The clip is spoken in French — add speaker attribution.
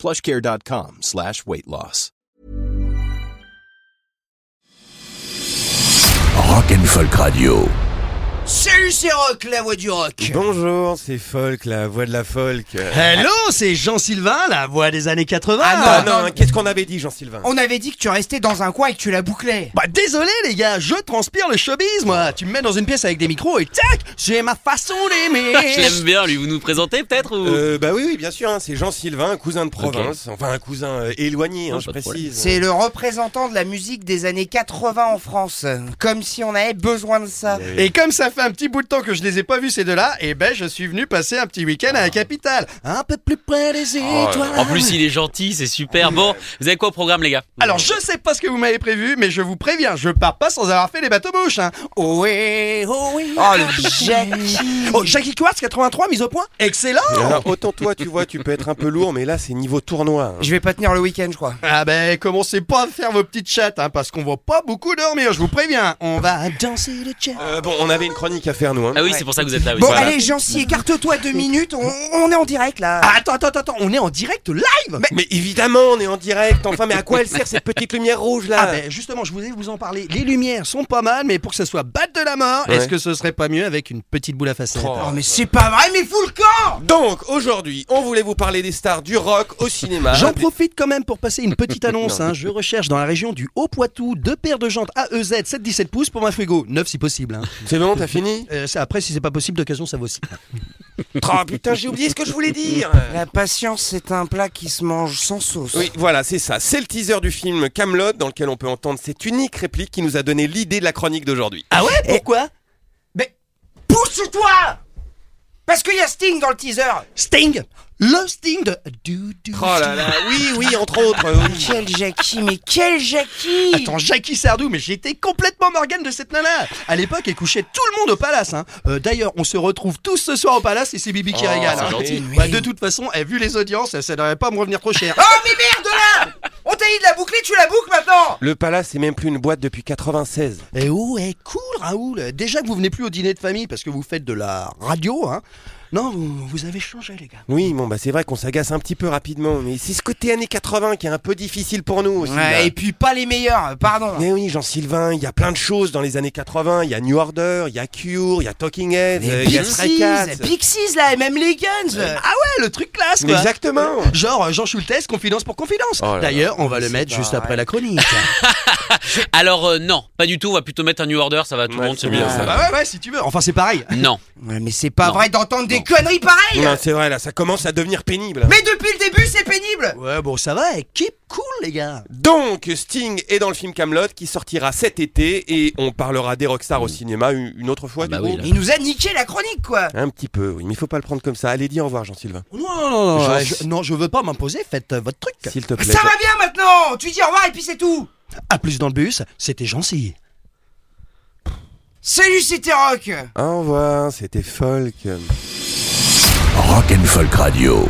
Speaker 1: plushcare.com slash weight loss.
Speaker 2: Rock Folk Radio.
Speaker 3: Salut, c'est Rock, la voix du rock.
Speaker 4: Bonjour, c'est Folk, la voix de la folk.
Speaker 3: Hello, c'est Jean-Sylvain, la voix des années 80.
Speaker 4: Ah non, non, qu'est-ce qu'on avait dit, Jean-Sylvain
Speaker 5: On avait dit que tu restais dans un coin et que tu la bouclais.
Speaker 3: Bah désolé les gars, je transpire le showbiz moi. Tu me mets dans une pièce avec des micros et tac, j'ai ma façon
Speaker 6: Je
Speaker 3: d'aimer.
Speaker 6: l'aime bien, lui, vous nous présentez peut-être ou...
Speaker 4: Euh, bah oui, oui, bien sûr, hein, c'est Jean-Sylvain, un cousin de province, enfin un cousin euh, éloigné, hein,
Speaker 6: Non,
Speaker 4: je
Speaker 6: pas de problème.
Speaker 4: précise.
Speaker 5: C'est le représentant de la musique des années 80 en France. Comme si on avait besoin de ça.
Speaker 3: Et comme ça fait un petit bout de temps que je les ai pas vus ces deux-là, eh ben je suis venu passer un petit week-end à la capitale, un peu plus près des étoiles.
Speaker 6: Oh, En plus, il est gentil, c'est super. Bon, vous avez quoi au programme, les gars
Speaker 3: Alors je sais pas ce que vous m'avez prévu, mais je vous préviens, je pars pas sans avoir fait les bateaux bouches. Hein. Oh oui, oh oui.
Speaker 5: Oh le Jackie
Speaker 3: Oh Jackie Quartz 83 mise au point, excellent.
Speaker 4: Alors, autant toi, tu vois, tu peux être un peu lourd, mais là, c'est niveau tournoi. hein.
Speaker 5: Je vais pas tenir le week-end je crois.
Speaker 3: Ah ben, commencez pas à faire vos petites chattes, hein, parce qu'on va pas beaucoup dormir, je vous préviens. On va danser le chat.
Speaker 4: Euh, bon, on avait une chronique à faire, nous. Hein.
Speaker 6: Ah oui, c'est pour ça que vous êtes là. Oui.
Speaker 5: Bon
Speaker 6: Voilà.
Speaker 5: allez Jancy, écarte-toi deux minutes, on, on est en direct là.
Speaker 3: Ah, Attends, attends, attends, attends, on est en direct live
Speaker 4: Mais, mais évidemment, on est en direct, enfin, mais à quoi elles servent ces petites lumières rouges, là
Speaker 3: Ah
Speaker 5: euh,
Speaker 3: ben justement, je voulais vous en parler. Les lumières sont pas mal, mais pour que ça soit batte de la mort,
Speaker 4: Ouais.
Speaker 3: est-ce que ce serait pas mieux avec une petite boule à facettes
Speaker 5: Oh mais c'est pas vrai, mais fous le camp
Speaker 4: Donc, aujourd'hui, on voulait vous parler des stars du rock au cinéma.
Speaker 3: J'en
Speaker 4: Des-
Speaker 3: profite quand même pour passer une petite annonce. hein. Je recherche dans la région du Haut-Poitou deux paires de jantes E AEZ 7-17 pouces pour ma frigo. 9 si possible. hein.
Speaker 4: C'est bon, t'as fini
Speaker 3: Euh, ça, après, si c'est pas possible, d'occasion, ça vaut aussi.
Speaker 4: Oh putain, j'ai oublié ce que je voulais dire
Speaker 5: La patience c'est un plat qui se mange sans sauce.
Speaker 4: Oui, voilà, c'est ça. C'est le teaser du film Camelot dans lequel on peut entendre cette unique réplique qui nous a donné l'idée de la chronique d'aujourd'hui.
Speaker 3: Ah ouais Pourquoi
Speaker 5: Pousse-toi Parce qu'il y a Sting dans le teaser
Speaker 3: Sting Le Sting de... Du, du,
Speaker 4: Oh là là, oui, oui, entre autres. euh, oui.
Speaker 5: Quel Jackie, mais quel Jackie
Speaker 3: Attends, Jackie Sardou, mais j'étais complètement Morgane de cette nana. À l'époque, elle couchait tout le monde au palace. Hein. Euh, D'ailleurs, on se retrouve tous ce soir au palace et c'est Bibi qui
Speaker 4: Oh,
Speaker 3: régale.
Speaker 4: c'est
Speaker 3: hein.
Speaker 4: gentil.
Speaker 3: Ouais, de toute façon, elle, vu les audiences, ça devrait pas me revenir trop cher.
Speaker 5: Oh mais merde là On t'a dit de la boucler, tu la boucles maintenant
Speaker 4: Le Palace, c'est même plus une boîte depuis 96.
Speaker 3: Eh oh, eh, cool, Raoul. Déjà que vous venez plus au dîner de famille parce que vous faites de la radio, hein. Non, vous, vous avez changé, les gars.
Speaker 4: Oui, bon, bah c'est vrai qu'on s'agace un petit peu rapidement, mais c'est ce côté années 80 qui est un peu difficile pour nous aussi. là.
Speaker 5: Ouais, et puis pas les meilleurs, pardon.
Speaker 4: Mais oui, Jean-Sylvain, il y a plein de choses dans les années 80. Il y a New Order, il y a Cure, il y a Talking Heads, euh, il y a Stray
Speaker 5: Pixies,
Speaker 4: Cats.
Speaker 5: Pixies là, et même les Guns
Speaker 3: Ah ouais, le truc classe, quoi.
Speaker 4: Exactement
Speaker 3: Genre euh, Jean Schultes, confidence pour confidence.
Speaker 4: Oh là là.
Speaker 3: D'ailleurs, on va le
Speaker 5: C'est
Speaker 3: mettre
Speaker 5: pas
Speaker 3: juste
Speaker 5: vrai.
Speaker 3: après la chronique.
Speaker 6: Alors, euh, non, pas du tout. On va plutôt mettre un New Order, ça va tout le
Speaker 4: Ouais,
Speaker 6: monde,
Speaker 4: c'est
Speaker 6: c'est bien.
Speaker 4: bien, ça.
Speaker 3: bah ouais, ouais, si tu veux. Enfin, c'est pareil.
Speaker 6: Non.
Speaker 5: Ouais, mais c'est pas
Speaker 6: Non.
Speaker 5: vrai d'entendre des conneries pareilles
Speaker 4: Non, c'est vrai, là, ça commence à devenir pénible.
Speaker 5: Mais depuis le début, c'est pénible
Speaker 3: Ouais, bon, ça va. eh, Keep cool, les gars.
Speaker 4: Donc, Sting est dans le film Camelot qui sortira cet été et on parlera des rockstars au cinéma une une autre fois,
Speaker 6: Mm. Bah
Speaker 4: du
Speaker 6: oui,
Speaker 4: coup.
Speaker 6: là.
Speaker 5: Il nous a niqué la chronique quoi
Speaker 4: Un petit peu, oui, mais il faut pas le prendre comme ça. Allez, dis au revoir, Jean-Sylvain.
Speaker 3: Non, non, non,
Speaker 4: Jean-
Speaker 3: ouais, je, non, je veux pas m'imposer. Faites euh, votre truc.
Speaker 4: S'il te plaît.
Speaker 5: Ça va bien maintenant Tu dis au revoir et puis c'est tout
Speaker 3: À plus dans le bus, c'était gentil.
Speaker 5: Salut, c'était Rock
Speaker 4: Au revoir, c'était Folk.
Speaker 2: Rock Folk Radio.